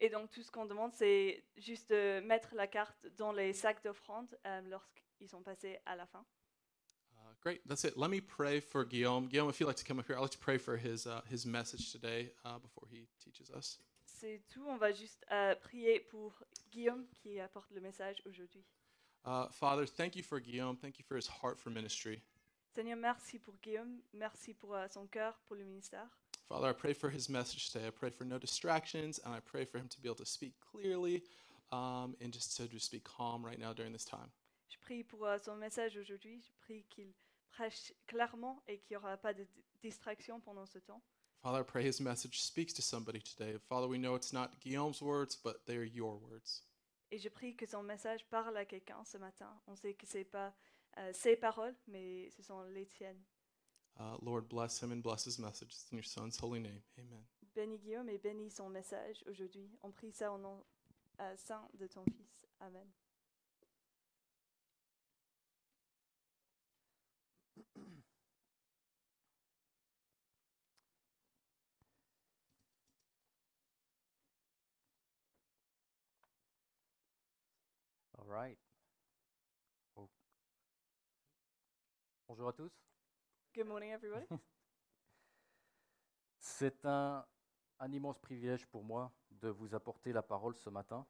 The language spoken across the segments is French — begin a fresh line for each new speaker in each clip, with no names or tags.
Et donc tout ce qu'on demande, c'est juste de mettre la carte dans les sacs d'offrandes euh, lorsqu'ils sont passés à la fin.
Uh, great. That's it. Let me pray for Guillaume. Guillaume, if you'd like to come up here, I'd like to pray for his uh, his message today uh, before he teaches us.
C'est tout, on va juste euh, prier pour Guillaume qui apporte le message aujourd'hui.
Uh, Father, thank you for Guillaume. Thank you for his heart for ministry.
Seigneur, merci pour Guillaume, merci pour euh, son cœur, pour le ministère.
Father, I pray for his message today. I pray for no distractions, and I pray for him to be able to speak clearly um, and just to just be calm right now during this time.
Je prie pour euh, son message aujourd'hui, je prie qu'il prêche clairement et qu'il n'y aura pas de d- distraction pendant ce temps.
Father, I pray his message speaks to somebody today. Father, we know it's not Guillaume's words, but they are your words.
Et je prie que son message parle à quelqu'un ce matin. On sait que ce n'est pas euh, ses paroles, mais ce sont les tiennes.
Uh, Lord, bless him and bless his message. It's in your son's holy name. Amen.
Bénis Guillaume et bénis son message aujourd'hui. On prie ça au nom euh, saint de ton Fils. Amen.
All right. Oh. Bonjour à tous.
Good morning, everybody.
C'est un, un immense privilège pour moi de vous apporter la parole ce matin.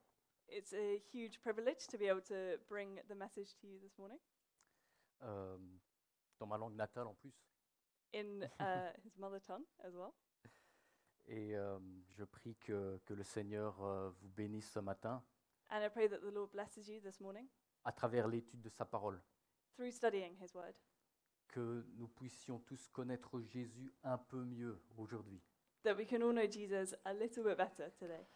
It's a huge privilege to be able to bring the message to you this morning
euh, dans ma langue natale en plus.
in uh, his mother tongue as well.
Et euh, je prie que, que le Seigneur euh, vous bénisse ce matin
And I pray that the Lord blesses you this morning
à travers l'étude de sa parole.
through studying his word,
Que nous puissions tous connaître Jésus un peu mieux aujourd'hui.
that we can all know Jesus a little bit better today.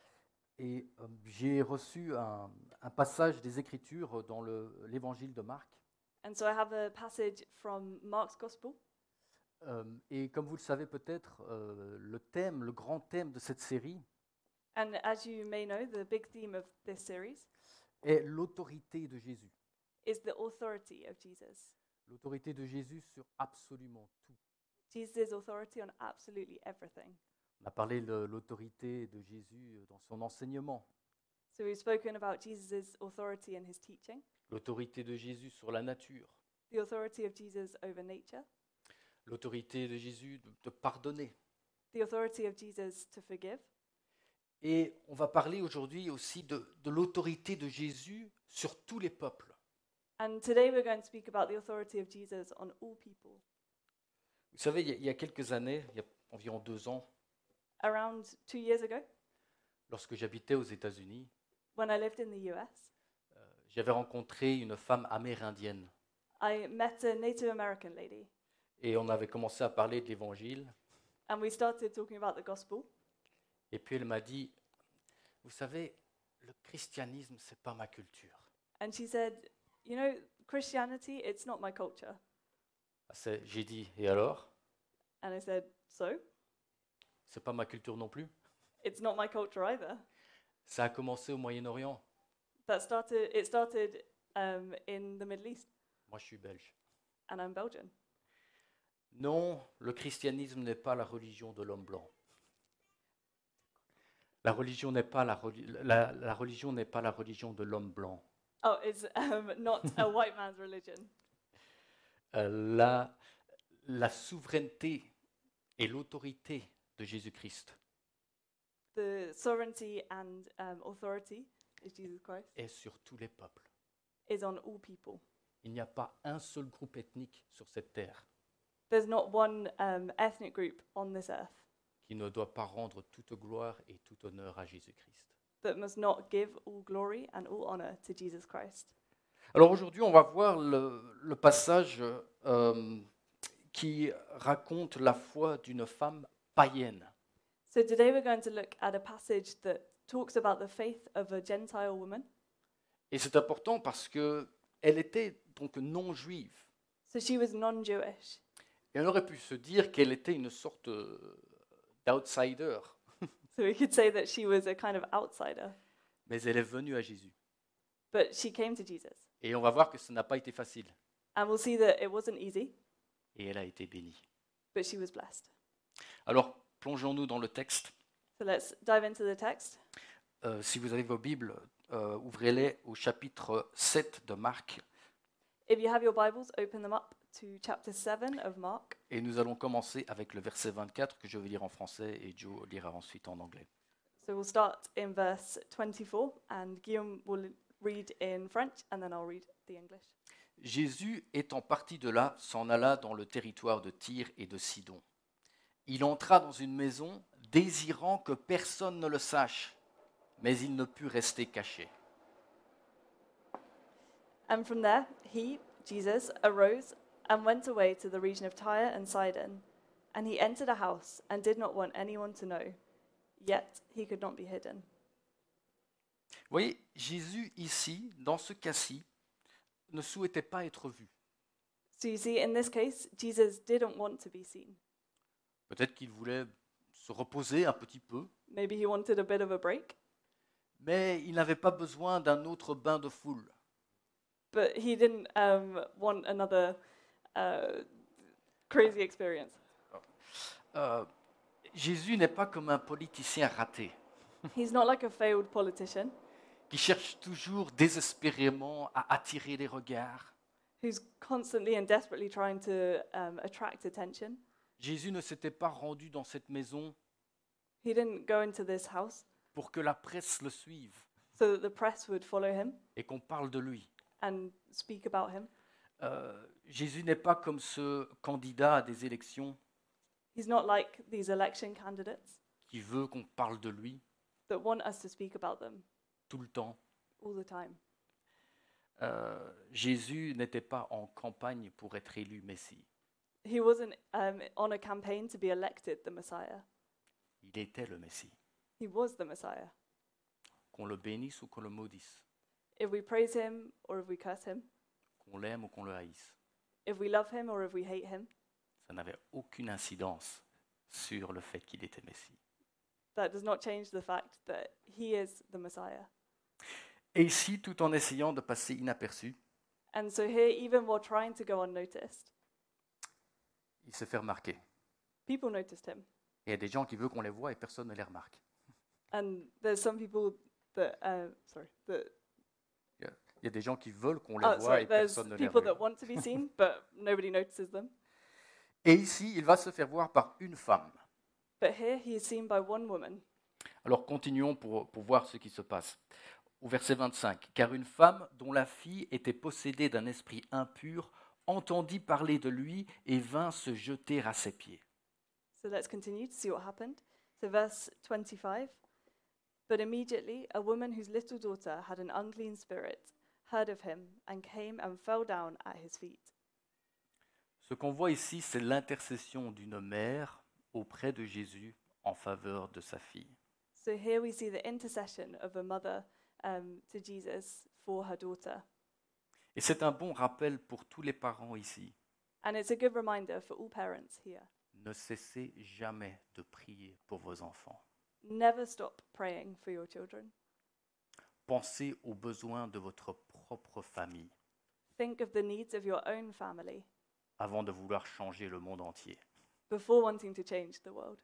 Et euh, j'ai reçu un, un passage des Écritures dans le- l'évangile de Marc.
And so I have a passage from Mark's Gospel.
Euh, et comme vous le savez peut-être, euh, le thème, le grand thème de cette série
And as you may know, the big theme of this series
est l'autorité de Jésus.
is the authority of Jesus.
L'autorité de Jésus sur absolument tout.
Jesus' authority on absolutely everything.
On a parlé de l'autorité de Jésus dans son enseignement,
So we've spoken about Jesus' authority in his teaching,
l'autorité de Jésus sur la nature,
the authority of Jesus over nature,
l'autorité de Jésus de, de pardonner.
the authority of Jesus to forgive.
Et on va parler aujourd'hui aussi de, de l'autorité de Jésus sur tous les peuples.
And today we're going to speak about the authority of Jesus on all people.
Vous savez, il y a- il y a quelques années, il y a environ deux ans,
Around two years ago,
lorsque j'habitais aux États-Unis,
when I lived in the US,
euh, j'avais rencontré une femme amérindienne.
I met a Native American lady
Et on avait commencé à parler de l'évangile.
and we started talking about the gospel.
Et puis elle m'a dit, vous savez, le christianisme, c'est pas ma culture.
And she said, You know, Christianity, it's not my culture.
Ah, c'est- J'ai dit, et alors
And I said, So?
C'est pas ma culture non plus.
It's not my culture either.
Ça a commencé au Moyen-Orient.
That started, it started um, in the Middle East,
Moi, je suis belge.
and I'm Belgian.
Non, le christianisme n'est pas la religion de l'homme blanc. La religion n'est pas la, reli- la- la religion n'est pas la religion de l'homme blanc.
Oh, it's um, not a white man's religion.
Euh, la, la souveraineté et l'autorité de Jésus-Christ
The sovereignty and um, authority of Jesus Christ
est sur tous les peuples.
is on all people.
Il n'y a pas un seul groupe ethnique sur cette terre
There's not one um, ethnic group on this earth
qui ne doit pas rendre toute gloire et tout honneur à Jésus-Christ.
that must not give all glory and all honor to Jesus Christ.
Alors aujourd'hui, on va voir le, le passage euh, qui raconte la foi d'une femme païenne.
So today we're going to look at a passage that talks about the faith of a Gentile woman.
Et c'est important parce que elle était donc non juive.
So she was non Jewish.
Et on aurait pu se dire qu'elle était une sorte euh, d'outsider,
So we could say that she was a kind of outsider,
mais elle est venue à Jésus.
but she came to Jesus.
Et on va voir que ça n'a pas été facile.
And we'll see that it wasn't easy,
Et elle a été bénie.
but she was blessed.
Alors plongeons-nous dans le texte.
So let's dive into the text.
Euh, si vous avez vos Bibles, euh, ouvrez-les au chapitre 7 de Marc
If you have your Bibles, open them up to chapter 7 of Mark.
et nous allons commencer avec le verset 24 que je vais lire en français et Joe lira ensuite en anglais.
So we'll start in verse 24, and Guillaume will read in French, and then I'll read the English.
Jésus, étant parti de là, s'en alla dans le territoire de Tyr et de Sidon. Il entra dans une maison, désirant que personne ne le sache, mais il ne put rester caché.
And from there, he, Jesus, arose and went away to the region of Tyre and Sidon. And he entered a house and did not want anyone to know. Yet he could not be hidden.
Vous voyez, Jésus ici, dans ce cas-ci, ne souhaitait pas être vu.
So you see, in this case, Jesus didn't want to be seen.
Peut-être qu'il voulait se reposer un petit peu,
Maybe he wanted a bit of a break,
mais il n'avait pas besoin d'un autre bain de foule.
but he didn't um, want another uh, crazy experience.
Euh, Jésus n'est pas comme un politicien raté.
He's not like a failed politician
qui cherche toujours désespérément à attirer les regards.
who's constantly and desperately trying to um, attract attention.
Jésus ne s'était pas rendu dans cette maison
He didn't go into this house
pour que la presse le suive
so that the press would follow him
et qu'on parle de lui.
and speak about him.
Euh, Jésus n'est pas comme ce candidat à des élections
He's not like these election candidates
qui veut qu'on parle de lui
that want us to speak about them
tout le temps.
all the time.
Euh, Jésus n'était pas en campagne pour être élu Messie.
He wasn't um, on a campaign to be elected the Messiah.
Il était le Messie.
He was the Messiah.
Qu'on le bénisse ou qu'on le maudisse,
If we praise him or if we curse him,
qu'on l'aime ou qu'on le haïsse,
if we love him or if we hate him,
ça n'avait aucune incidence sur le fait qu'il était Messie.
that does not change the fact that he is the Messiah.
Et ici, tout en essayant de passer inaperçu,
And so here, even while trying to go unnoticed,
il se fait remarquer.
people noticed him.
Et il y a des gens qui veulent qu'on les voit et personne ne les remarque.
And there's some people that, uh, sorry, that,
Il y a des gens qui veulent qu'on les
oh,
voit
sorry,
et
there's
personne ne les
people that
remarque.
want to be seen, but nobody notices them.
Et ici, il va se faire voir par une femme.
But here he is seen by one woman.
Alors continuons pour, pour voir ce qui se passe. Au verset 25, car une femme dont la fille était possédée d'un esprit impur entendit parler de lui et vint se jeter à ses pieds.
So let's continue to see what happened. So, verse 25. But immediately a woman whose little daughter had an unclean spirit heard of him and came and fell down at his feet.
Ce qu'on voit ici, c'est l'intercession d'une mère auprès de Jésus en faveur de sa fille.
So, here we see the intercession of a mother um, to Jesus for her daughter.
Et c'est un bon rappel pour tous les parents ici.
And it's a good reminder for all parents here
Ne cessez jamais de prier pour vos enfants.
never stop praying for your children.
Pensez aux besoins de votre propre famille
Think of the needs of your own family
avant de vouloir changer le monde entier.
before wanting to change the world.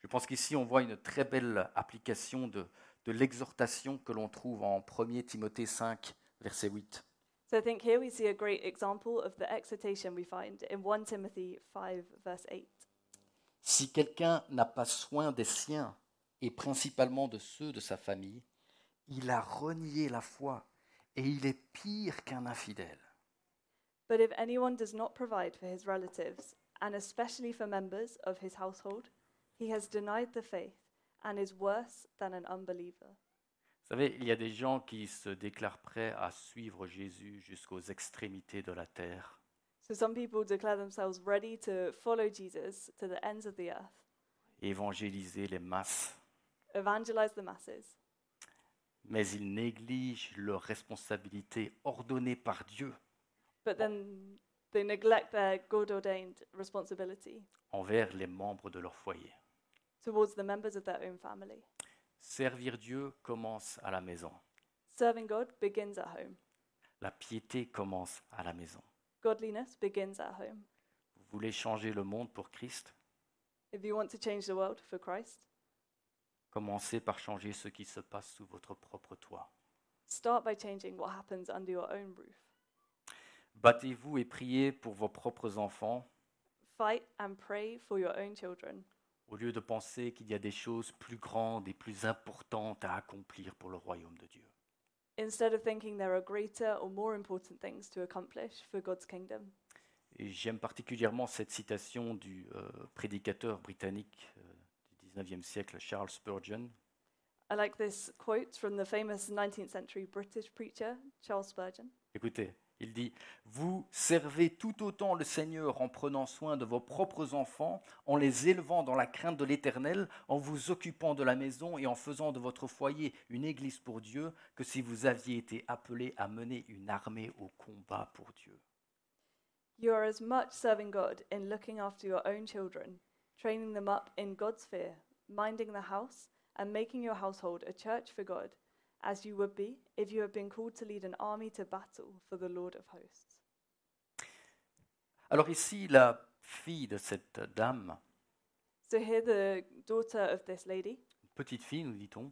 Je pense qu'ici, on voit une très belle application de, de l'exhortation que l'on trouve en 1 Timothée 5, verset 8.
So I think here we see a great example of the exhortation we find in 1 Timothy 5, verse 8.
Si quelqu'un n'a pas soin des siens, et principalement de ceux de sa famille, il a renié la foi, et il est pire qu'un infidèle.
But if anyone does not provide for his relatives, and especially for members of his household, he has denied the faith and is worse than an unbeliever.
Vous savez, il y a des gens qui se déclarent prêts à suivre Jésus jusqu'aux extrémités de la terre.
So some people declare themselves ready to follow Jesus to the ends of the earth,
évangéliser les masses,
evangelize the masses,
mais ils négligent leurs responsabilités ordonnées par Dieu
but then they neglect their God ordained responsibility
envers les membres de leur foyer.
towards the members of their own family.
Servir Dieu commence à la maison.
Serving God begins at home.
La piété commence à la maison.
Godliness begins at home.
Vous voulez changer le monde pour Christ
If you want to change the world for Christ,
Commencez par changer ce qui se passe sous votre propre toit.
Start by changing what happens under your own roof.
Battez-vous et priez pour vos propres enfants
Fight and pray for your own children
au lieu de penser qu'il y a des choses plus grandes et plus importantes à accomplir pour le royaume de Dieu.
instead of thinking there are greater or more important things to accomplish for God's kingdom.
Et j'aime particulièrement cette citation du euh, prédicateur britannique euh, du 19e siècle, Charles Spurgeon,
I like this quote from the famous 19th century British preacher Charles Spurgeon.
Écoutez, il dit Vous servez tout autant le Seigneur en prenant soin de vos propres enfants, en les élevant dans la crainte de l'Éternel, en vous occupant de la maison et en faisant de votre foyer une église pour Dieu, que si vous aviez été appelé à mener une armée au combat pour Dieu.
You are as much serving God in looking after your own children, training them up in God's fear, minding the house, and making your household a church for God, as you would be if you had been called to lead an army to battle for the Lord of hosts.
Alors ici, la fille de cette dame,
So here, the daughter of this lady,
petite fille, nous dit-on,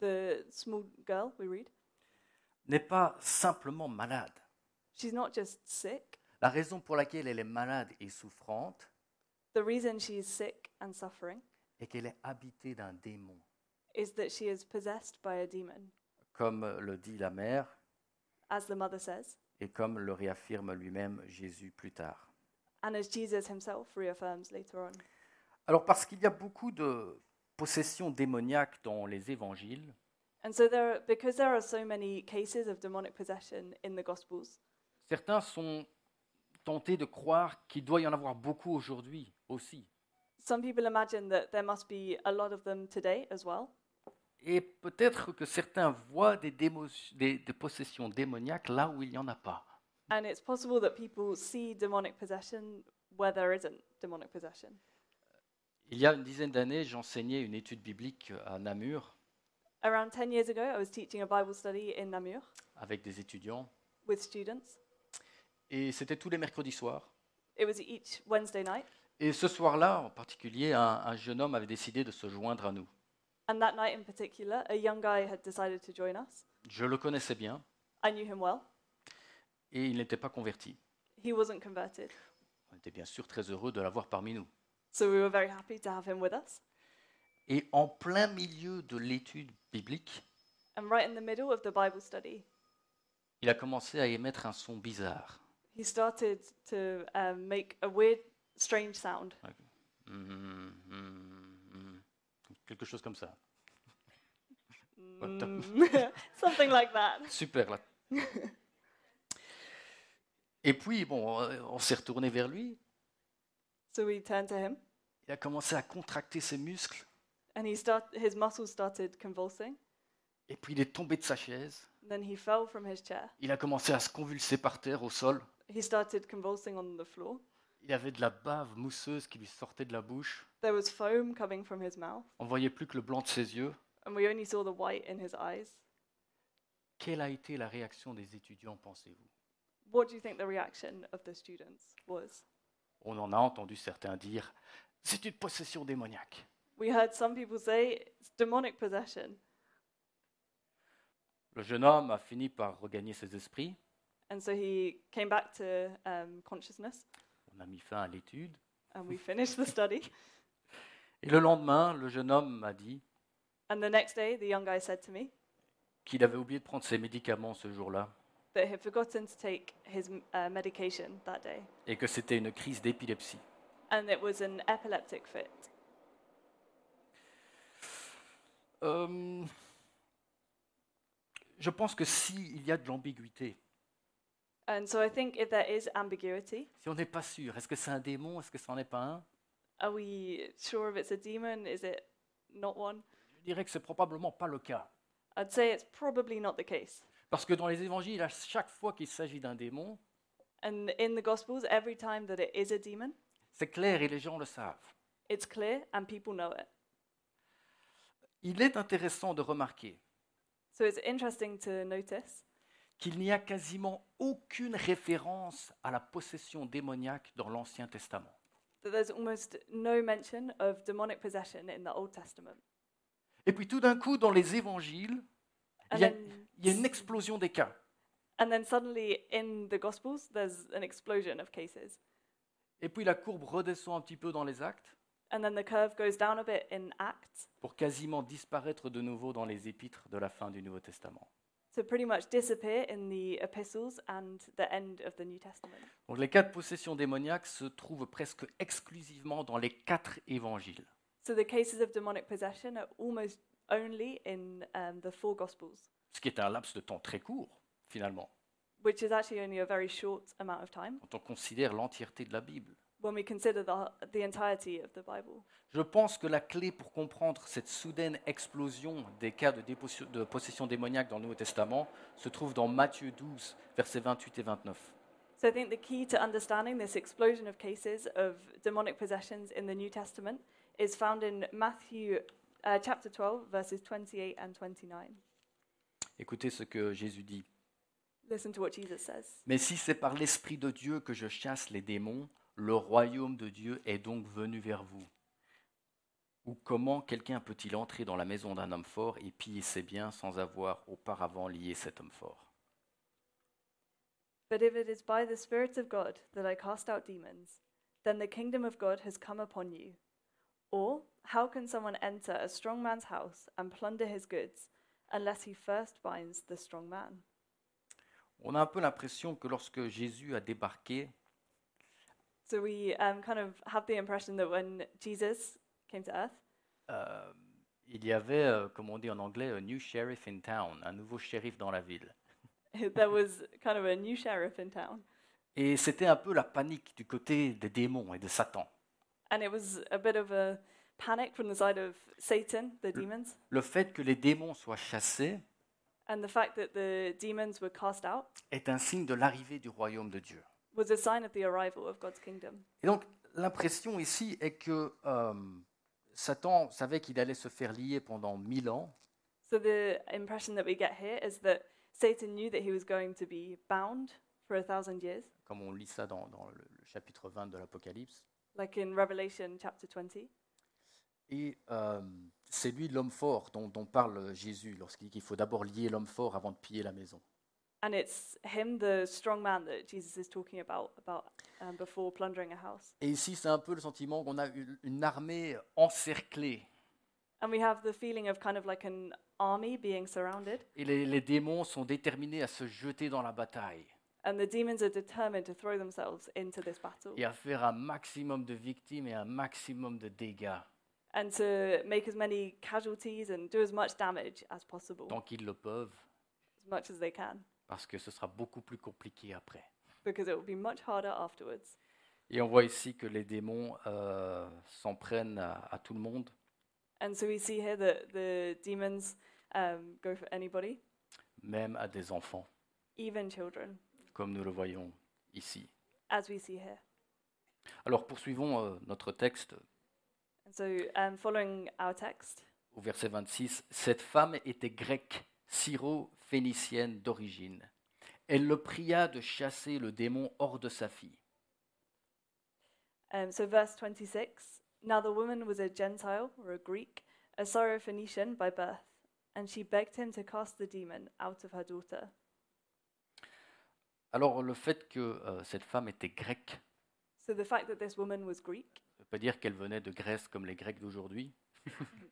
the small girl we read,
n'est pas simplement malade.
she's not just sick.
La raison pour laquelle elle est malade et souffrante
The reason she is sick and suffering
est qu'elle est habitée d'un démon.
is that she is possessed by a demon,
Comme le dit la mère,
as the mother says,
et comme le réaffirme lui-même Jésus plus tard.
and as Jesus himself reaffirms later on.
Alors parce qu'il y a beaucoup de possessions démoniaques dans les évangiles,
And so there, are, because there are so many cases of demonic possession in the Gospels,
certains sont tentés de croire qu'il doit y en avoir beaucoup aujourd'hui aussi.
some people imagine that there must be a lot of them today as well.
Et peut-être que certains voient des, démo- des- des possessions démoniaques là où il n'y en a pas.
And it's possible that people see demonic possession where there isn't demonic possession.
Il y a une dizaine d'années, j'enseignais une étude biblique à Namur
Around 10 years ago, I was teaching a Bible study in Namur
avec des étudiants,
with students.
et c'était tous les mercredis soirs.
It was each Wednesday night.
Et ce soir-là, en particulier, un- un jeune homme avait décidé de se joindre à nous.
And that night in particular, a young guy had decided to join us.
Je le connaissais bien,
I knew him well.
et il n'était pas converti.
He wasn't converted.
On était bien sûr très heureux de l'avoir parmi nous.
So we were very happy to have him with us.
Et en plein milieu de l'étude biblique,
And right in the middle of the Bible study,
il a commencé à émettre un son bizarre.
he started to um, make a weird, strange sound.
Hum, hum, hum. Quelque chose comme ça. What the-
Mm. Something like that.
Super là. Et puis, bon, euh, on s'est retourné vers lui.
So we turned to him,
Il a commencé à contracter ses muscles.
and he start, his muscles started convulsing.
Et puis, il est tombé de sa chaise.
And then he fell from his chair.
Il a commencé à se convulser par terre, au sol.
He started convulsing on the floor.
Il avait de la bave mousseuse qui lui sortait de la bouche.
There was foam coming from his mouth,
On voyait plus que le blanc de ses yeux.
and we only saw the white in his eyes.
Quelle a été la réaction des étudiants, pensez-vous
What do you think the reaction of the students was?
On en a entendu certains dire c'est une possession démoniaque.
We heard some people say it's demonic possession,
Le jeune homme a fini par regagner ses esprits.
and so he came back to um, consciousness,
On a mis fin à l'étude.
and we finished the study.
Et le lendemain, le jeune homme m'a dit
And the next day, the young guy said to me
qu'il avait oublié de prendre ses médicaments ce jour-là
that he had forgotten to take his m- uh, medication that day,
et que c'était une crise d'épilepsie.
and it was an epileptic fit.
Euh, je pense que s'il y a de l'ambiguïté,
And so I think if there is ambiguity,
si on n'est pas sûr, est-ce que c'est un démon, est-ce que ça n'en est pas un
are we sure if it's a demon? Is it not one?
Je dirais que c'est probablement pas le cas.
I'd say it's probably not the case.
Parce que dans les évangiles, à chaque fois qu'il s'agit d'un démon,
And in the Gospels, every time that it is a demon,
c'est clair et les gens le savent.
it's clear and people know it.
Il est intéressant de remarquer
So it's interesting to notice
qu'il n'y a quasiment aucune référence à la possession démoniaque dans l'Ancien Testament.
that there's almost no mention of demonic possession in the Old Testament.
Et puis tout d'un coup, dans les évangiles, il
And
y, a,
then,
il y a une explosion des cas.
and then suddenly in the Gospels, there's an explosion of cases.
Et puis la courbe redescend un petit peu dans les actes
And then the curve goes down a bit in Acts
pour quasiment disparaître de nouveau dans les épîtres de la fin du Nouveau Testament.
to pretty much disappear in the epistles and the end of the New Testament.
Donc les cas de possession démoniaque se trouvent presque exclusivement dans les quatre évangiles.
So the cases of demonic possession are almost only in um, the four Gospels,
ce qui est un laps de temps très court, finalement,
which is actually only a very short amount of time
quand on considère l'entièreté de la Bible.
when we consider the, the entirety of the Bible.
Je pense que la clé pour comprendre cette soudaine explosion des cas de, dépossession- de possession démoniaque dans le Nouveau Testament se trouve dans Matthieu 12, versets 28 et 29.
So I think the key to understanding this explosion of cases of demonic possessions in the New Testament is found in Matthew uh, chapter 12, verses 28 and 29.
Écoutez ce que Jésus dit.
Listen to what Jesus says.
Mais si c'est par l'Esprit de Dieu que je chasse les démons, le royaume de Dieu est donc venu vers vous. Ou comment quelqu'un peut-il entrer dans la maison d'un homme fort et piller ses biens sans avoir auparavant lié cet homme fort
But if it is by the Spirit of God that I cast out demons, then the kingdom of God has come upon you. Or, how can someone enter a strong man's house and plunder his goods unless he first binds the strong man?
On a un peu l'impression que lorsque Jésus a débarqué,
So we um, kind of have the impression that when Jesus came to earth,
euh, il y avait, euh, comme on dit en anglais, a new sheriff in town, un nouveau shérif dans la ville.
there was kind of a new sheriff in town.
Et c'était un peu la panique du côté des démons et de Satan.
And it was a bit of a panic from the side of Satan, the demons,
Le fait que les démons soient chassés
and the fact that the demons were cast out
est un signe de l'arrivée du royaume de Dieu.
was a sign of the arrival of God's kingdom.
Et donc l'impression ici est que euh, Satan savait qu'il allait se faire lier pendant mille ans,
So the impression that we get here is that Satan knew that he was going to be bound for a thousand years,
comme on lit ça dans, dans le le chapitre 20 de l'Apocalypse.
like in Revelation chapter 20.
Et euh, c'est lui l'homme fort dont, dont parle Jésus lorsqu'il dit qu'il faut d'abord lier l'homme fort avant de piller la maison.
And it's him, the strong man that Jesus is talking about, about um, before plundering a house.
Et ici, c'est un peu le sentiment qu'on a une, une armée encerclée.
And we have the feeling of kind of like an army being surrounded,
Et les, les démons sont déterminés à se jeter dans la bataille
and the demons are determined to throw themselves into this battle
et à faire un maximum de victimes et un maximum de dégâts
and to make as many casualties and do as much damage as possible,
tant qu'ils le peuvent,
as much as they can,
parce que ce sera beaucoup plus compliqué après.
because it will be much harder afterwards.
Et on voit ici que les démons euh, s'en prennent à- à tout le monde.
And so we see here that the demons um, go for anybody,
Même à des enfants,
even children,
comme nous le voyons ici.
as we see here.
Alors poursuivons euh, notre texte
And so, um, following our text,
au verset 26. Cette femme était grecque, syro-phénicienne d'origine. Elle le pria de chasser le démon hors de sa fille.
um, so verse 26 Now the woman was a Gentile or a Greek, a Syrophoenician by birth, and she begged him to cast the demon out of her daughter.
Alors le fait que euh, cette femme était grecque,
So the fact that this woman was Greek,
ça ne veut pas dire qu'elle venait de Grèce comme les Grecs d'aujourd'hui.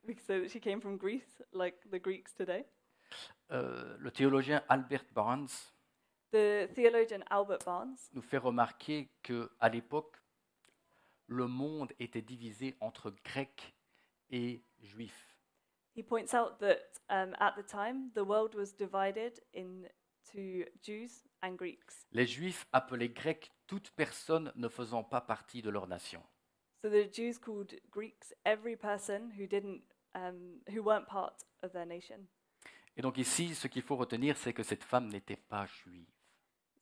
we could say that she came from Greece, like the Greeks today.
Euh, le théologien Albert Barnes
The theologian Albert Barnes
nous fait remarquer que à l'époque, le monde était divisé entre Grecs et Juifs.
He points out that um, at the time, the world was divided into Jews and Greeks.
Les Juifs appelaient Grecs toute personne ne faisant pas partie de leur nation.
So the Jews called Greeks every person who didn't, um, who weren't part of their nation.
Et donc ici, ce qu'il faut retenir, c'est que cette femme n'était pas juive.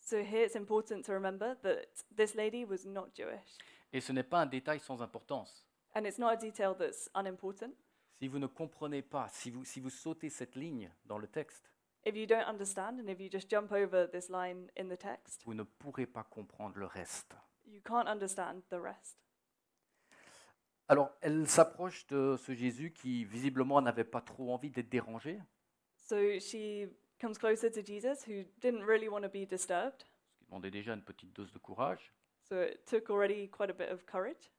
So here it's important to remember that this lady was not Jewish,
Et ce n'est pas un détail sans importance.
and it's not a detail that's unimportant.
Si vous ne comprenez pas, si vous, si vous sautez cette ligne dans le texte,
If you don't understand, and if you just jump over this line in the text,
vous ne pourrez pas comprendre le reste.
you can't understand the rest.
Alors, elle s'approche de ce Jésus qui, visiblement, n'avait pas trop envie d'être dérangé,
So she comes closer to Jesus, who didn't really want to be disturbed.
ce qui demandait déjà une petite dose de courage.
So it took already quite a bit of courage.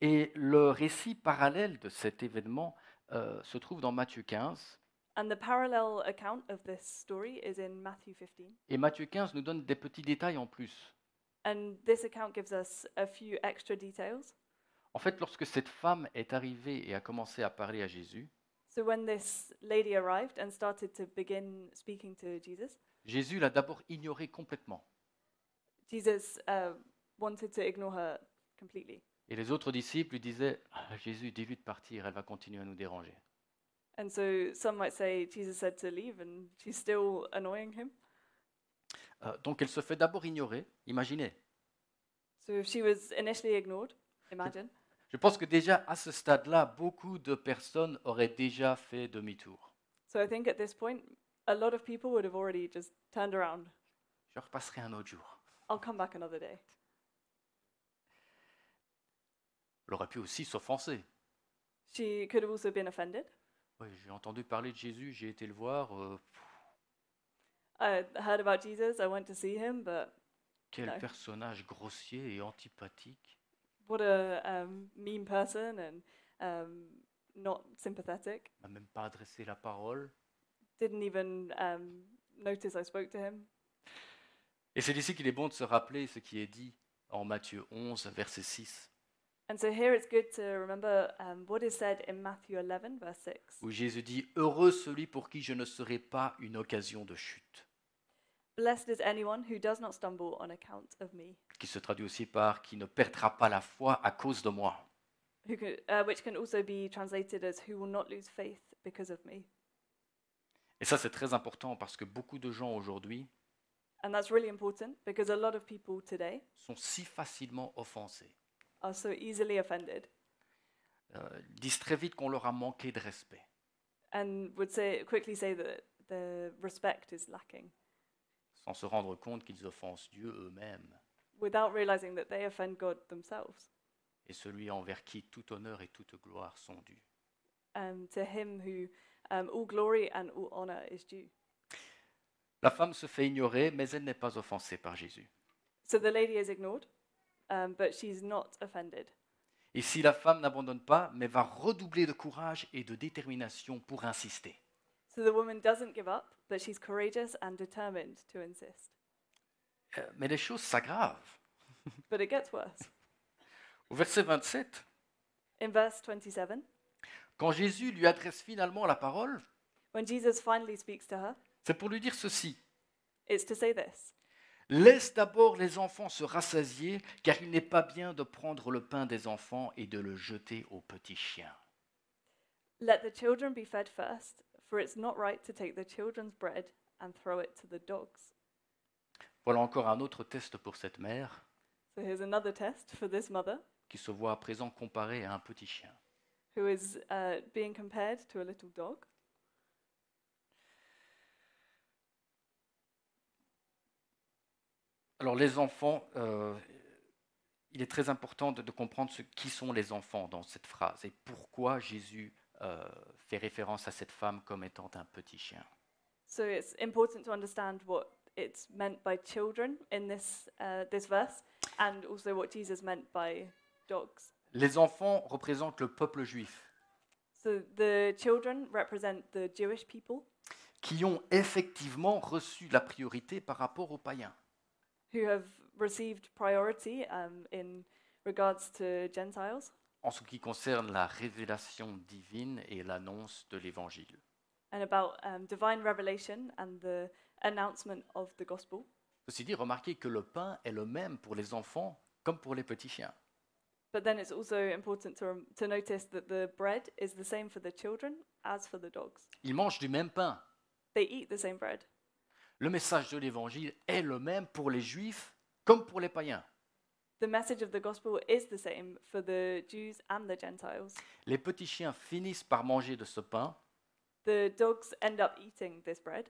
Et le récit parallèle de cet événement euh, se trouve dans Matthieu 15.
And the parallel account of this story is in Matthew 15.
Et Matthieu 15 nous donne des petits détails en plus.
And this account gives us a few extra details.
En fait, lorsque cette femme est arrivée et a commencé à parler à Jésus,
So when this lady arrived and started to begin speaking to Jesus,
Jésus l'a d'abord ignorée complètement.
Jesus uh, wanted to ignore her completely.
Et les autres disciples lui disaient Ah, Jésus, dis-lui de partir, elle va continuer à nous déranger.
And so some might say Jesus said to leave and she's still annoying him.
Euh, donc elle se fait d'abord ignorer, imaginez.
So if she was initially ignored, imagine.
Je pense que déjà à ce stade-là, beaucoup de personnes auraient déjà fait demi-tour.
So I think at this point, a lot of people would have already just turned around.
Je repasserai un autre jour.
I'll come back another day.
Elle aurait pu aussi s'offenser.
She could have also been offended.
Oui, j'ai entendu parler de Jésus, j'ai été le voir. euh,
I heard about Jesus, I went to see him, but
quel
Ouais.
personnage grossier et antipathique.
what a um, mean person and um, not sympathetic.
Il m'a même pas adressé la parole.
Didn't even um, notice I spoke to him.
Et c'est ici qu'il est bon de se rappeler ce qui est dit en Matthieu 11, verset 6,
And so here it's good to remember um, what is said in Matthew 11, verse 6,
où Jésus dit Heureux celui pour qui je ne serai pas une occasion de chute,
Blessed is anyone who does not stumble on account of me,
qui se traduit aussi par qui ne perdra pas la foi à cause de moi.
who can, uh, which can also be translated as who will not lose faith because of me.
Et ça, c'est très important parce que beaucoup de gens aujourd'hui
And that's really important because a lot of people today
sont si facilement offensés,
are so easily offended
euh, disent très vite qu'on leur a manqué de respect.
and would say quickly say that the respect is lacking
sans se rendre compte qu'ils offensent Dieu eux-mêmes
without realizing that they offend God themselves.
et celui envers qui tout honneur et toute gloire sont dus.
And to him who um, all glory and all honor is due.
La femme se fait ignorer, mais elle n'est pas offensée par Jésus.
So the lady is ignored, um, but she's not offended.
Ici, la femme n'abandonne pas, mais va redoubler de courage et de détermination pour insister.
So the woman doesn't give up, but she's courageous and determined to insist.
Euh, Mais les choses s'aggravent.
But it gets worse.
Au verset 27,
In verse 27,
quand Jésus lui adresse finalement la parole,
when Jesus finally speaks to her,
c'est pour lui dire ceci.
it's to say this
Laisse d'abord les enfants se rassasier, car il n'est pas bien de prendre le pain des enfants et de le jeter aux petits chiens.
Let the children be fed first, for it's not right to take the children's bread and throw it to the dogs.
Voilà encore un autre test pour cette mère.
So here's another test for this mother
qui se voit à présent comparé à un petit chien.
who is uh, being compared to a little dog.
Alors les enfants, euh, il est très important de, de comprendre ce, qui sont les enfants dans cette phrase et pourquoi Jésus euh, fait référence à cette femme comme étant un petit chien.
So it's important to understand what it's meant by children in this, uh, this verse and also what Jesus meant by dogs.
Les enfants représentent le peuple juif
So the children represent the Jewish people
qui ont effectivement reçu la priorité par rapport aux païens.
who have received priority um, in regards to Gentiles
en ce qui concerne la révélation divine et l'annonce de l'Évangile.
and about um, divine revelation and the announcement of the gospel.
Ceci dit, remarquez que le pain est le même pour les enfants comme pour les petits chiens.
But then it's also important to, rem- to notice that the bread is the same for the children as for the dogs.
Ils mangent du même pain,
They eat the same bread.
Le message de l'évangile est le même pour les juifs comme pour les païens.
The message of the gospel is the same for the Jews and the Gentiles.
Les petits chiens finissent par manger de ce pain,
The dogs end up eating this bread,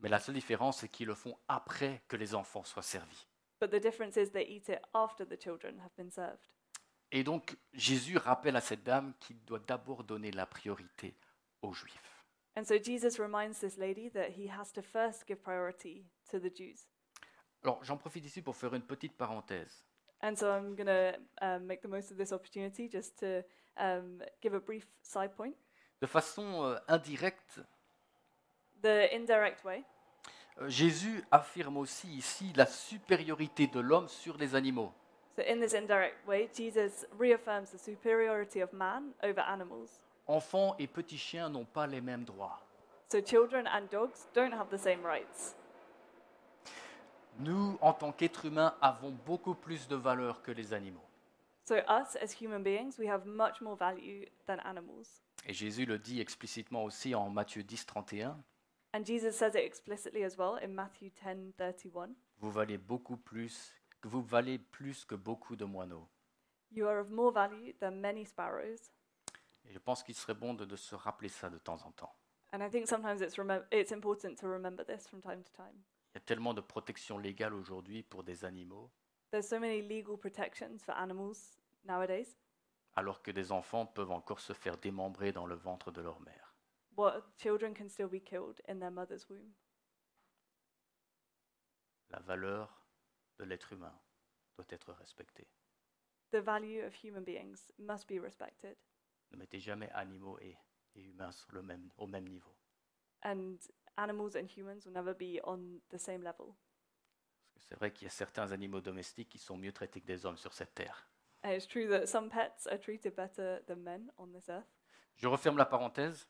mais la seule différence c'est qu'ils le font après que les enfants soient servis.
but the difference is they eat it after the children have been served.
Et donc Jésus rappelle à cette dame qu'il doit d'abord donner la priorité aux Juifs.
And so Jesus reminds this lady that he has to first give priority to the Jews.
Alors j'en profite ici pour faire une petite parenthèse.
And so I'm going to um, make the most of this opportunity just to um, give a brief side point.
De façon euh, indirecte,
The indirect way,
euh, Jésus affirme aussi ici la supériorité de l'homme sur les animaux.
so in this indirect way, Jesus reaffirms the superiority of man over animals.
Enfants et petits chiens n'ont pas les mêmes droits.
So children and dogs don't have the same rights.
Nous, en tant qu'êtres humains, avons beaucoup plus de valeur que les animaux.
So us as human beings, we have much more value than animals.
Et Jésus le dit explicitement aussi en Matthieu 10, 31,
And Jesus says it explicitly as well in Matthew 10:31.
Vous valez beaucoup plus, que vous valez plus que beaucoup de moineaux.
You are of more value than many sparrows.
Et je pense qu'il serait bon de, de se rappeler ça de temps en temps.
And I think sometimes it's remem- it's important to remember this from time to time.
Il y a tellement de protections légales aujourd'hui pour des animaux,
There's so many legal protections for animals nowadays.
alors que des enfants peuvent encore se faire démembrer dans le ventre de leur mère.
What children can still be killed in their mother's womb.
La valeur de l'être humain doit être respectée.
The value of human beings must be respected,
Ne mettez jamais animaux et, et humains sur le même, au même niveau.
and animals and humans will never be on the same level.
Parce que c'est vrai qu'il y a certains animaux domestiques qui sont mieux traités que des hommes sur cette terre.
And it's true that some pets are treated better than men on this earth.
Je referme la parenthèse,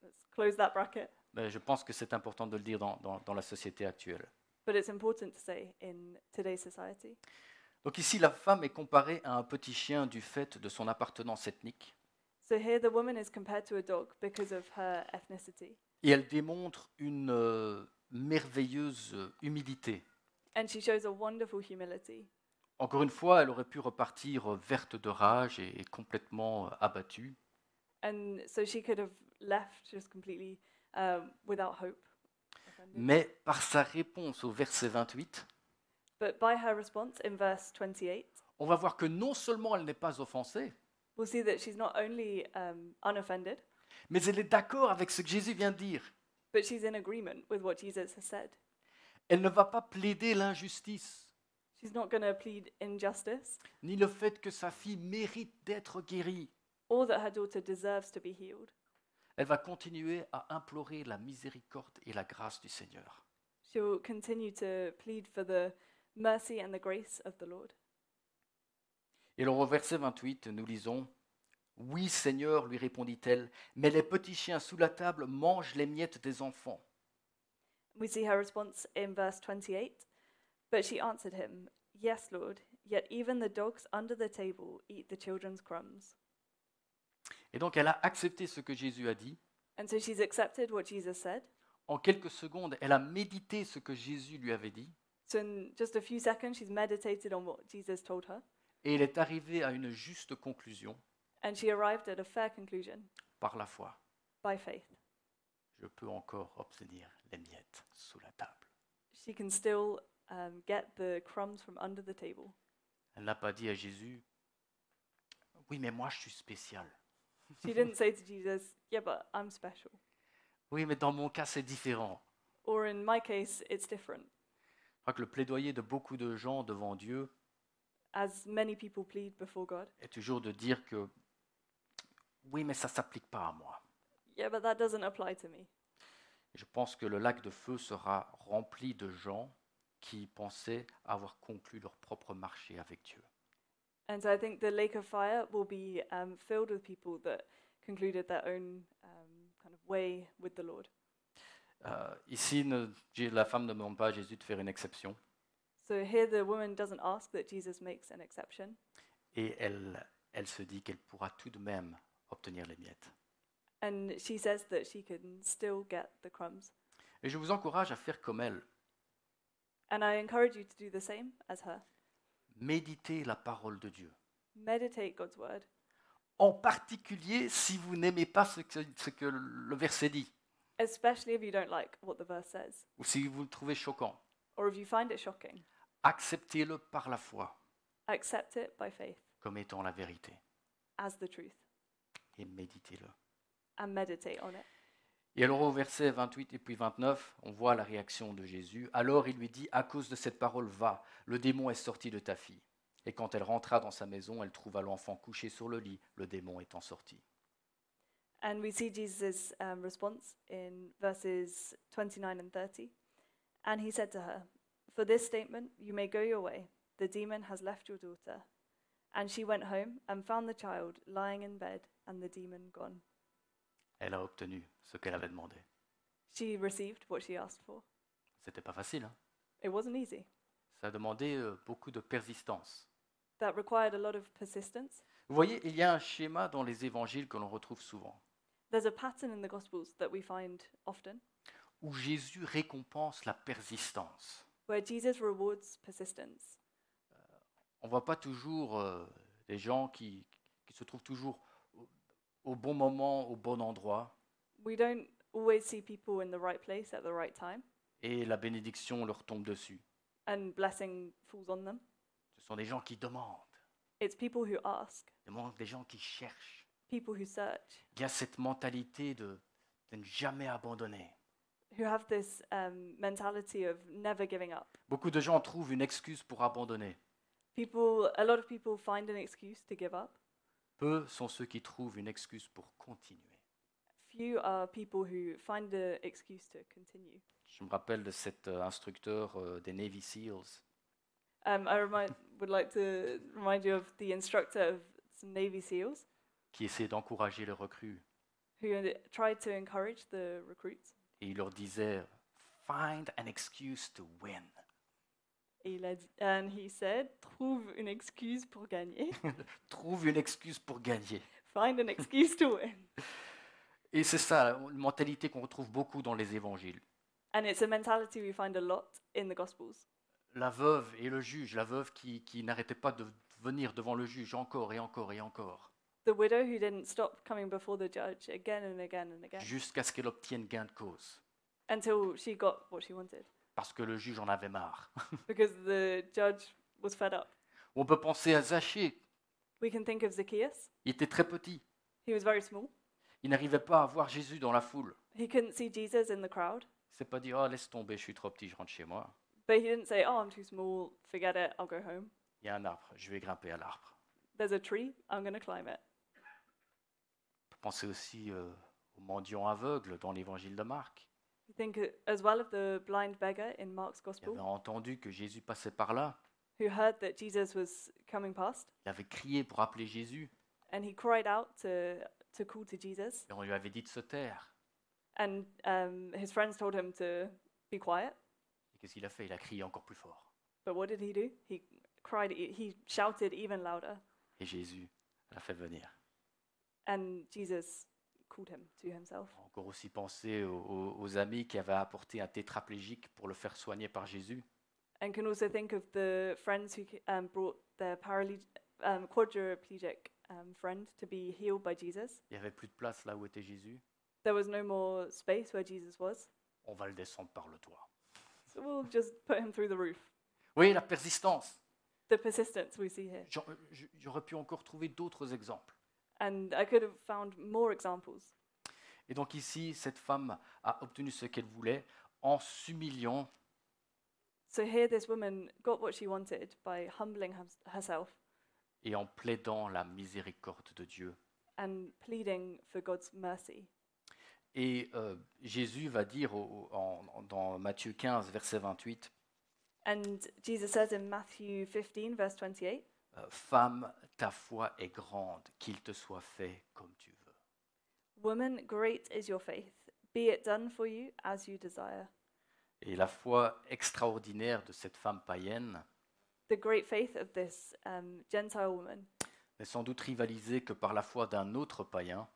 Let's close that bracket.
mais je pense que c'est important de le dire dans- dans- dans la société actuelle.
But it's important to say in today's society.
Donc ici, la femme est comparée à un petit chien du fait de son appartenance ethnique,
So here the woman is compared to a dog because of her ethnicity.
et elle démontre une euh, merveilleuse euh, humilité.
And she shows a wonderful humility.
Encore une fois, elle aurait pu repartir euh, verte de rage et, et complètement euh, abattue,
And so she could have left just completely um, without hope. offended.
mais par sa réponse au verset 28,
But by her response in verse 28,
on va voir que non seulement elle n'est pas offensée,
we'll see that she's not only um, unoffended,
mais elle est d'accord avec ce que Jésus vient de dire.
but she's in agreement with what Jesus has said.
Elle ne va pas plaider l'injustice,
She's not going to plead injustice
ni le fait que sa fille mérite d'être guérie.
or that her daughter deserves to be healed.
Elle va continuer à implorer la miséricorde et la grâce du Seigneur.
She will continue to plead for the mercy and the grace of the Lord.
Et alors au verset 28, nous lisons Oui, Seigneur, lui répondit-elle, mais les petits chiens sous la table mangent les miettes des enfants.
We see her response in verse 28. But she answered him, Yes, Lord, yet even the dogs under the table eat the children's crumbs.
Et donc elle a accepté ce que Jésus a dit.
And so she's accepted what Jesus said.
En quelques secondes, elle a médité ce que Jésus lui avait dit.
So in just a few seconds, she's meditated on what Jesus told her,
Et elle est arrivée à une juste conclusion
and she arrived at a fair conclusion
par la foi.
by faith.
Je peux encore obtenir les miettes sous la table.
She can still um, get the crumbs from under the table.
Elle n'a pas dit à Jésus Oui, mais moi je suis spécial.
She didn't say to Jesus, Yeah, but I'm special.
Oui, mais dans mon cas c'est différent.
Or in my case, it's different.
Je crois que le plaidoyer de beaucoup de gens devant Dieu
As many people plead before God,
est toujours de dire que oui, mais ça s'applique pas à moi.
Yeah, but that doesn't apply to me.
Je pense que le lac de feu sera rempli de gens qui pensaient avoir conclu leur propre marché avec Dieu.
And so I think the lake of fire will be um, filled with people that concluded their own um, kind of way with the Lord.
Euh, ici, ne- J- la femme ne demande pas à Jésus de faire une exception
So here the woman doesn't ask that Jesus makes an exception,
et elle, elle se dit qu'elle pourra tout de même obtenir les miettes.
and she says that she can still get the crumbs.
Et je vous encourage à faire comme elle.
And I encourage you to do the same as her.
Méditez la parole de Dieu.
Meditate God's word,
En particulier si vous n'aimez pas ce que, ce que le verset dit
especially if you don't like what the verse says
ou si vous le trouvez choquant.
or if you find it shocking.
Acceptez-le par la foi.
Accept it by faith.
comme étant la vérité.
as the truth
Et méditez-le.
and meditate on it.
Et alors au verset 28 et puis 29, on voit la réaction de Jésus. Alors il lui dit, à cause de cette parole, va, le démon est sorti de ta fille. Et quand elle rentra dans sa maison, elle trouva l'enfant couché sur le lit, le démon étant sorti.
And we see Jesus' um, response in verses 29 and 30. And he said to her, For this statement, you may go your way. The demon has left your daughter. And she went home and found the child lying in bed and the demon gone.
Elle a obtenu ce qu'elle avait demandé.
She received what she asked for.
C'était pas facile. hein.
It wasn't easy.
Ça a demandé euh, beaucoup de persistance.
That required a lot of persistence.
Vous voyez, il y a un schéma dans les évangiles que l'on retrouve souvent,
There's a pattern in the Gospels that we find often
où Jésus récompense la persistance.
where Jesus rewards persistence.
On ne voit pas toujours euh, des gens qui, qui se trouvent toujours au, au bon moment, au bon endroit,
We don't always see people in the right place at the right time
et la bénédiction leur tombe dessus.
and blessing falls on them.
Ce sont des gens qui demandent,
It's people who ask,
des gens- des gens qui cherchent.
people who search,
Il y a cette mentalité de, de ne jamais abandonner.
who have this um, mentality of never giving up.
Beaucoup de gens trouvent une excuse pour abandonner.
People, a lot of people find an excuse to give up.
Peu sont ceux qui trouvent une excuse pour continuer.
Few are people who find the excuse to continue.
Je me rappelle de cet euh, instructeur euh, des Navy SEALs
Um, I remind, would like to remind you of the instructor of some Navy SEALs
qui essayait d'encourager les recrues.
who en- tried to encourage the recruits.
Et il leur disait Find an excuse to win.
Et il a dit- and he said, trouve une excuse pour gagner.
Trouve une excuse pour gagner.
Find an excuse to win.
Et c'est ça, la mentalité qu'on retrouve beaucoup dans les évangiles.
And it's a mentality we find a lot in the Gospels.
La veuve et le juge, la veuve qui, qui n'arrêtait pas de venir devant le juge encore et encore et encore,
The widow who didn't stop coming before the judge again and again and again
jusqu'à ce qu'elle obtienne gain de cause.
until she got what she wanted
Parce que le juge en avait marre.
because the judge was fed up.
On peut penser à Zachée.
We can think of Zacchaeus.
Il était très petit.
He was very small.
Il n'arrivait pas à voir Jésus dans la foule.
He couldn't see Jesus in the crowd,
Il s'est pas dit Oh, laisse tomber, je suis trop petit, je rentre chez moi.
but he didn't say, Oh, I'm too small, forget it, I'll go home.
Il y a un arbre, je vais grimper à l'arbre.
There's a tree, I'm going to climb it.
On peut penser aussi euh, au mendiant aveugle dans l'évangile de Marc.
You think uh, as well of the blind beggar in Mark's
Il avait
Gospel
entendu que Jésus passait par là.
who heard that Jesus was coming past
Il avait crié pour appeler Jésus
and he cried out to, to call to Jesus,
et on lui avait dit de se taire.
and um, his friends told him to be quiet.
Et qu'est-ce qu'il a fait Il a crié encore plus fort.
But what did he do? He cried, e- he shouted even louder,
Et Jésus l'a fait venir.
and Jesus called him to himself.
On peut encore aussi penser aux, aux- aux amis qui avaient apporté un tétraplégique pour le faire soigner par Jésus.
And can also think of the friends who ca- um, brought their paralyg- um, quadriplegic um, friend to be healed by Jesus.
Il n'y avait plus de place là où était Jésus.
There was no more space where Jesus was,
On va le descendre par le toit.
so we'll just put him through the roof.
Vous voyez la persistance.
The persistence we see here.
J'en- je- J'aurais pu encore trouver d'autres exemples.
And I could have found more examples.
Et donc ici, cette femme a obtenu ce qu'elle voulait en s'humiliant
So here, this woman got what she wanted by humbling hers- herself
et en plaidant la miséricorde de Dieu.
and pleading for God's mercy.
Et euh, Jésus va dire au- au- en- en- dans Matthieu 15, verset 28,
And Jesus says in Matthew 15, verse 28,
euh, Femme, ta foi est grande, qu'il te soit fait comme tu veux.
Woman, great is your faith. Be it done for you as you desire.
Et la foi extraordinaire de cette femme païenne
The great faith of this um, Gentile woman
n'est sans doute rivalisée que par la foi d'un autre païen,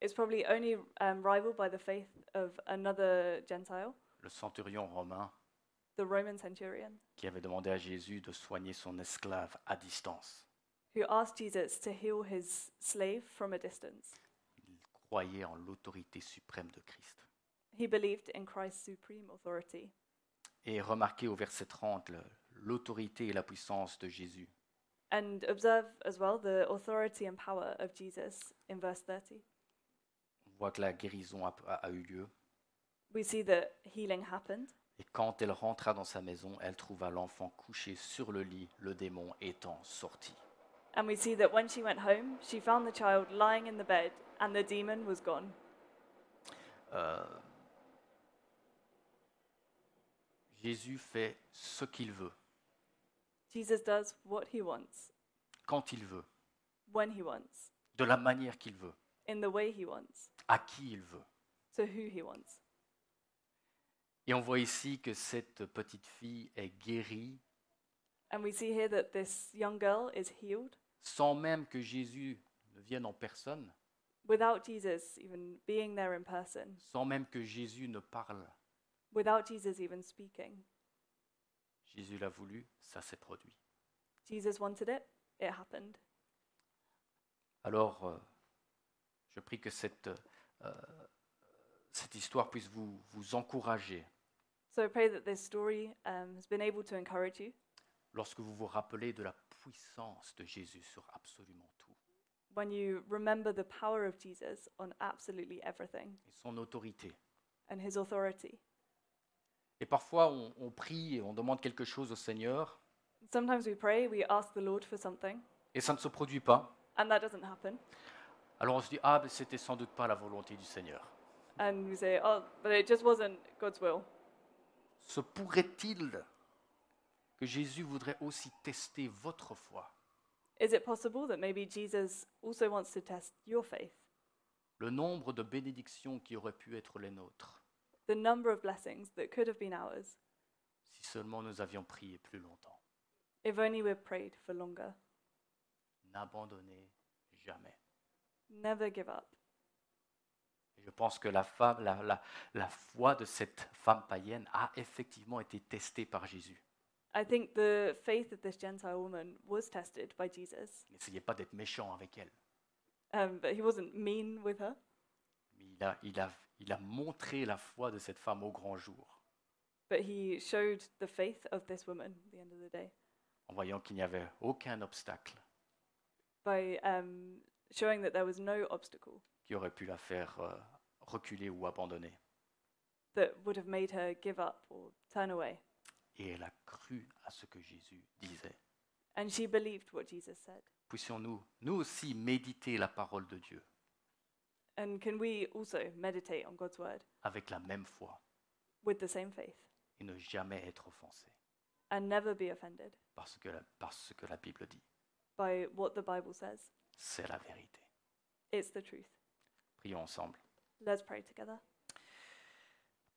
is probably only um, rivaled by the faith of another Gentile,
le centurion romain,
the Roman centurion,
qui avait demandé à Jésus de soigner son esclave à distance.
who asked Jesus to heal his slave from a distance.
Il croyait en l'autorité suprême de Christ.
He believed in Christ's supreme authority.
Et remarquez au verset 30 le- l'autorité et la puissance de Jésus.
And observe as well the authority and power of Jesus in verse 30.
On voit que la guérison a, a- a eu lieu.
We see that healing happened,
Et quand elle rentra dans sa maison, elle trouva l'enfant couché sur le lit, le démon étant sorti.
and we see that when she went home, she found the child lying in the bed and the demon was gone.
Euh, Jésus fait ce qu'il veut,
Jesus does what he wants,
quand il veut,
when he wants,
de la manière qu'il veut,
in the way he wants,
à qui il veut.
to who he wants.
Et on voit ici que cette petite fille est guérie
And we see here that this young girl is healed
sans même que Jésus ne vienne en personne,
without Jesus even being there in person,
sans même que Jésus ne parle.
without Jesus even speaking.
Jésus l'a voulu, ça s'est produit.
Jesus wanted it, it happened.
Alors, euh, je prie que cette, euh, cette histoire puisse vous, vous encourager
So I pray that this story um, has been able to encourage you
lorsque vous vous rappelez de la puissance de Jésus sur absolument tout
when you remember the power of Jesus on absolutely everything
et son autorité.
and his authority.
Et parfois, on, on prie et on demande quelque chose au Seigneur
Sometimes we pray, we ask the Lord for something,
et ça ne se produit pas.
and that doesn't happen.
Alors on se dit, ah, ben, c'était sans doute pas la volonté du Seigneur.
And we say, oh, but it just wasn't God's will.
Se pourrait-il que Jésus voudrait aussi tester votre foi
Is it possible that maybe Jesus also wants to test your faith?
Le nombre de bénédictions qui auraient pu être les nôtres
the number of blessings that could have been ours
si seulement nous avions prié plus longtemps
if only we'd prayed for longer.
N'abandonnez jamais.
Never give up.
Et Je pense que la, femme, la, la- la foi de cette femme païenne a effectivement été testée par Jésus.
I think the faith of this Gentile woman was tested by Jesus,
N'essayez pas d'être méchant avec elle.
um, but he wasn't mean with her.
Mais il a, il, a, il a montré la foi de cette femme au grand jour,
But he showed the faith of this woman at the end of the day
en voyant qu'il n'y avait aucun obstacle
by um, showing that there was no obstacle
qui aurait pu la faire euh, reculer ou abandonner.
that would have made her give up or turn away.
Et elle a cru à ce que Jésus disait.
And she believed what Jesus said.
Puissions-nous, nous aussi, méditer la parole de Dieu
And can we also meditate on God's word
avec la même foi
with the same faith
et ne jamais être offensés
and never be offended
par ce que la, par ce que la Bible dit.
by what the Bible says?
C'est la vérité.
It's the truth.
Prions ensemble.
Let's pray together.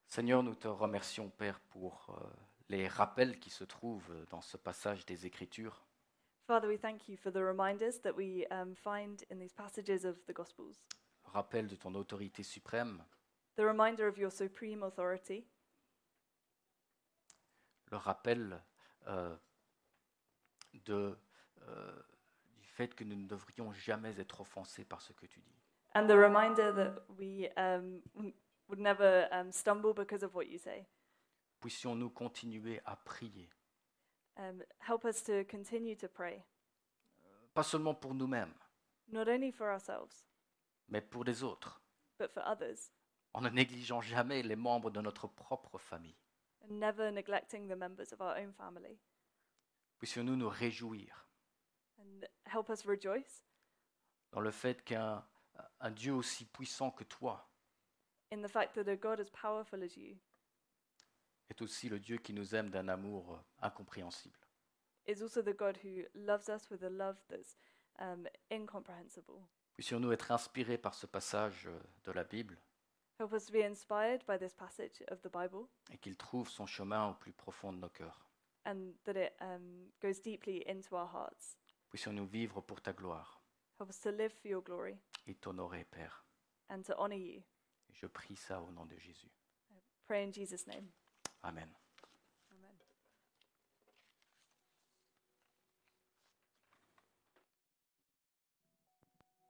Seigneur, nous te remercions, Père, pour euh, les rappels qui se trouvent dans ce passage des Écritures.
Father, we thank you for the reminders that we um, find in these passages of the Gospels.
Le rappel de ton autorité suprême,
The reminder of your supreme authority,
le rappel euh, de, euh, du fait que nous ne devrions jamais être offensés par ce que tu dis.
and the reminder that we um, n- would never um, stumble because of what you say.
Puissions-nous continuer à prier,
Um, help us to continue to pray,
pas seulement pour nous-mêmes,
not only for ourselves,
mais pour les autres,
but for others,
en ne négligeant jamais les membres de notre propre famille.
and never neglecting the members of our own family.
Puissions-nous nous réjouir
And help us rejoice
dans le fait qu'un un Dieu aussi puissant que toi
in the fact that a God as powerful as you
est aussi le Dieu qui nous aime d'un amour euh, incompréhensible.
is also the God who loves us with a love that's um, incomprehensible.
Puissions-nous être inspirés par ce passage euh, de la Bible
Help us to be inspired by this passage of the Bible
et qu'il trouve son chemin au plus profond de nos cœurs.
and that it um, goes deeply into our hearts.
Puissions-nous vivre pour ta gloire
Help us to live for your glory
et t'honorer, Père.
and to honor you.
Et je prie ça au nom de Jésus.
Pray in Jesus' name.
Amen.